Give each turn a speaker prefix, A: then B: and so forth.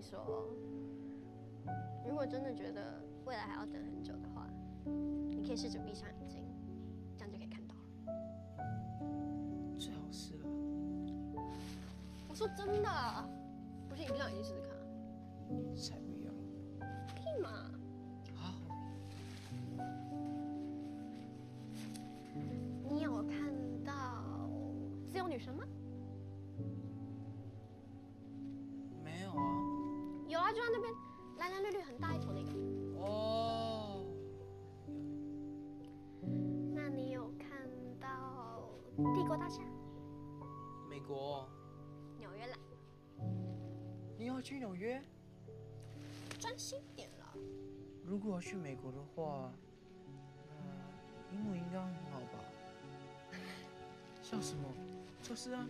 A: 说，如果真的觉得未来还要等很久的话，你可以试着闭上眼睛，这样就可以看到了。
B: 最好是了。
A: 我说真的，啊不信你闭上眼睛试试看啊。
B: 才不要！
A: 屁嘛！
B: 好，
A: 你有看到自由女神吗？
B: 没有啊。
A: 有啊，就在那边蓝蓝绿绿很大一坨那个。
B: 哦，
A: 那你有看到帝国大厦、
B: 美国，
A: 纽约啦？
B: 你要去纽约？
A: 专心点了，
B: 如果要去美国的话，呃 那英文应该很好吧？笑什么？就是啊，